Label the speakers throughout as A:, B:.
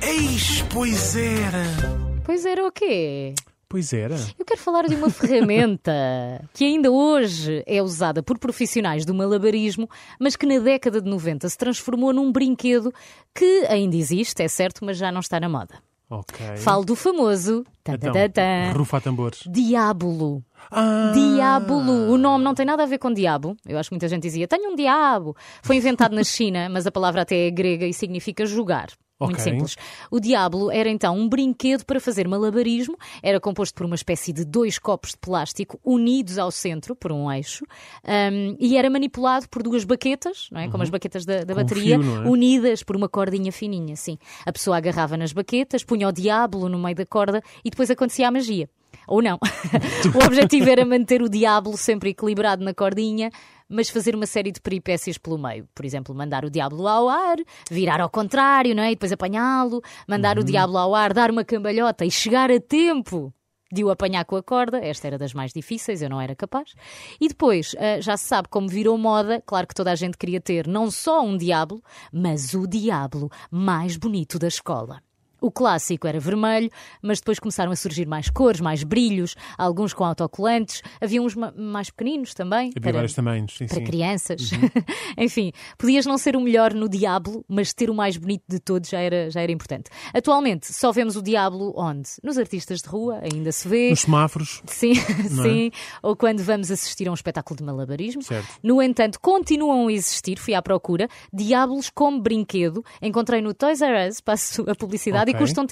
A: Pois, pois era.
B: Pois era o quê?
A: Pois era.
B: Eu quero falar de uma ferramenta que ainda hoje é usada por profissionais do malabarismo, mas que na década de 90 se transformou num brinquedo que ainda existe, é certo, mas já não está na moda.
A: Ok.
B: Falo do famoso
A: Então,
B: tadadadã,
A: rufa tambores.
B: Diabolo.
A: Ah,
B: Diabolo. O nome não tem nada a ver com diabo. Eu acho que muita gente dizia, tenho um diabo. Foi inventado na China, mas a palavra até é grega e significa jogar. Muito
A: Ok.
B: simples. O Diablo era então um brinquedo para fazer malabarismo. Era composto por uma espécie de dois copos de plástico unidos ao centro por um eixo hum, e era manipulado por duas baquetas, não é? como as baquetas da, da
A: Com um
B: bateria,
A: fio, não é?
B: unidas por uma cordinha fininha. Sim. A pessoa agarrava nas baquetas, punha o Diablo no meio da corda e depois acontecia a magia. Ou não. o objetivo era manter o diabo sempre equilibrado na cordinha, mas fazer uma série de peripécias pelo meio. Por exemplo, mandar o diabo ao ar, virar ao contrário, não é? E depois apanhá-lo, mandar o
A: Uhum.
B: diabo ao ar, dar uma cambalhota e chegar a tempo. De o apanhar com a corda, esta era das mais difíceis, eu não era capaz. E depois, ah, já se sabe como virou moda, claro que toda a gente queria ter não só um diabo, mas o diabo mais bonito da escola. O clássico era vermelho, mas depois começaram a surgir mais cores, mais brilhos, alguns com autocolantes, havia uns ma- mais pequeninos também.
A: Havia
B: para-
A: vários tamanhos. Sim,
B: para
A: sim. Uhum.
B: crianças. Enfim, podias não ser o melhor no Diablo, mas ter o mais bonito de todos já era, já era importante. Atualmente, só vemos o Diablo onde? Nos artistas de rua, ainda se vê.
A: Nos semáforos.
B: Sim,
A: Não é?
B: sim. Ou quando vamos assistir a um espetáculo de malabarismo.
A: Certo.
B: No entanto, continuam a existir, fui à procura, diabos como brinquedo. Encontrei no Toys R Us, passo a publicidade,
A: Ok.
B: e custam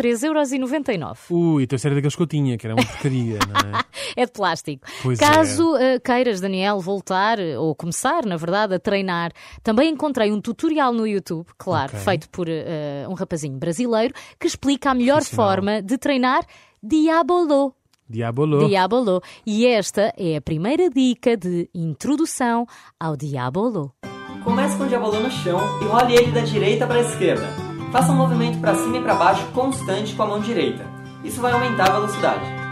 B: 3,99€.
A: Ui, então isso era daqueles que eu tinha, que era uma porcaria, não é?
B: É de plástico.
A: Pois é.
B: Caso eh, queiras, Daniel, voltar eh, ou começar, na verdade, a treinar, também encontrei um tutorial no YouTube, claro,
A: Ok.
B: feito por eh, um rapazinho brasileiro, que explica a melhor
A: Profissional.
B: forma de treinar diabolo.
A: Diabolo.
B: Diabolo. E esta é a primeira dica de introdução ao Diabolo.
C: Comece com o diabolô no chão e role ele da direita para a esquerda. Faça um movimento para cima e para baixo constante com a mão direita. Isso vai aumentar a velocidade.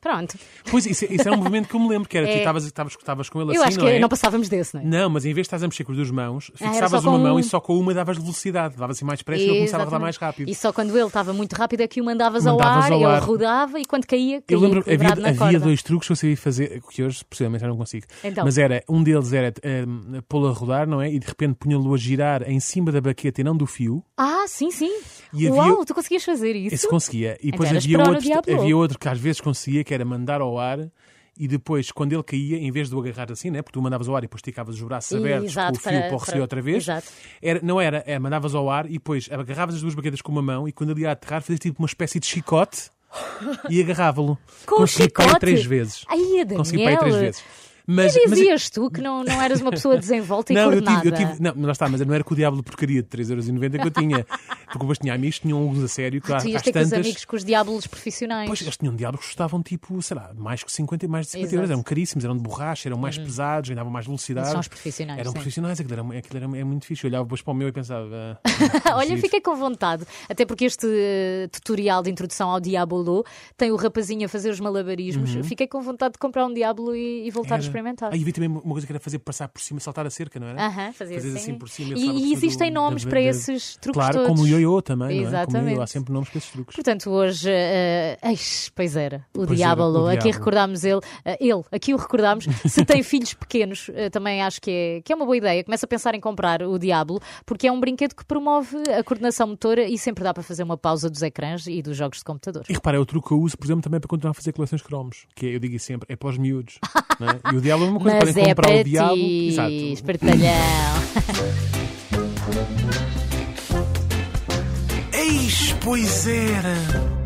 B: Pronto.
A: Pois, isso, isso era um movimento que eu me lembro, que era tu
B: É.
A: estavas- estavas estavas com ele
B: Eu
A: assim,
B: acho
A: não
B: que
A: é?
B: não passávamos desse, não é?
A: Não, mas em vez de estás a mexer com as duas mãos,
B: era
A: fixavas
B: só com
A: uma mão
B: um.
A: e só com uma davas velocidade, dava assim mais pressa e ele começava a rodar
B: Exatamente.
A: mais rápido.
B: E só quando ele estava muito rápido é que o mandavas,
A: Mandavas
B: ao ar,
A: ao
B: ele
A: ar.
B: rodava e quando caía, caía
A: Eu lembro que havia,
B: equilibrado na
A: havia
B: corda.
A: dois truques que eu sabia fazer, que hoje possivelmente já não consigo.
B: Então.
A: Mas era, um deles era ehm, pô-lo a rodar, não é? E de repente punha-lo a girar em cima da baqueta e não do fio.
B: Ah, sim, sim.
A: E havia-
B: Uau, tu conseguias fazer isso?
A: Esse conseguia. E
B: Então
A: depois
B: era
A: havia,
B: esperar o
A: outro,
B: diabo.
A: havia outro que às vezes conseguia, que era mandar ao ar. E depois, quando ele caía, em vez de o agarrar assim, né? porque tu mandavas ao ar e depois esticavas os braços abertos
B: Exato,
A: com o fio
B: para-
A: para o receber
B: para-
A: outra vez,
B: Exato.
A: era- não era, é, mandavas ao ar e depois agarravas as duas baquetas com uma mão e quando ele ia aterrar, fazias tipo uma espécie de chicote e agarrava-lo.
B: Com o
A: Consegui pá aí
B: chicote?
A: três vezes.
B: Ai,
A: Consegui para aí três
B: Daniel.
A: vezes. Mas,
B: E
A: mas-
B: dizias tu que não, não eras uma pessoa desenvolta e
A: não, eu
B: coordenada.
A: tive, eu tive- não, mas lá está, mas não era com o diabo de porcaria de 3,90€ que eu tinha. Porque depois tinha amigos, tinham alguns a sério, que
B: Ah,
A: lá,
B: tu ias
A: às
B: ter com os
A: tantas.
B: amigos, com os diabolos profissionais.
A: Pois é eles tinham diabos que custavam tipo, sei lá, mais que 50 e mais de 50 euros.
B: Exato. Uhum.
A: Eram caríssimos, eram de borracha, eram mais pesados, ganhavam mais velocidade.
B: São os profissionais,
A: Eram
B: sim.
A: profissionais, aquilo era, um aquilo era é muito fixe. Eu olhava depois para o meu e pensava. ah, que
B: Olha,
A: giro.
B: fiquei com vontade. Até porque este eh, tutorial de introdução ao Diabolo tem o rapazinho a fazer os malabarismos. Fiquei com vontade de comprar um Diabolo e, e voltar a
A: Uhum. Era.
B: experimentar.
A: Ah, e havia também uma coisa que era fazer passar por cima, saltar a cerca, não era?
B: Aham, fazia
A: Fazias
B: assim.
A: assim por cima,
B: E-
A: saltava por
B: e
A: cima
B: existem
A: do-
B: nomes
A: um da-
B: para
A: da-
B: esses truques
A: Claro,
B: todos.
A: como o ioiô também, não é? Como o
B: Exatamente.
A: ioiô, há sempre nomes para esses truques.
B: Portanto, hoje, eh, eh, eish, pois era, o
A: Pois
B: Diabolo,
A: era, o
B: aqui
A: Diabolo.
B: recordámos ele, eh, ele, aqui o recordámos. Se tem filhos pequenos, eh, também acho que é, que é uma boa ideia. Começa a pensar em comprar o Diabolo, porque é um brinquedo que promove a coordenação motora e sempre dá para fazer uma pausa dos ecrãs e dos jogos de computador.
A: E repara, é o truque que eu uso, por exemplo, também para continuar a fazer coleções de cromos, que é, eu digo sempre, é para os miúdos. não é? E o diabo é uma coisa,
B: Mas
A: podem
B: é
A: comprar
B: para
A: o diabo.
B: ti,
A: Exato.
B: espertalhão.
A: Eis, pois era.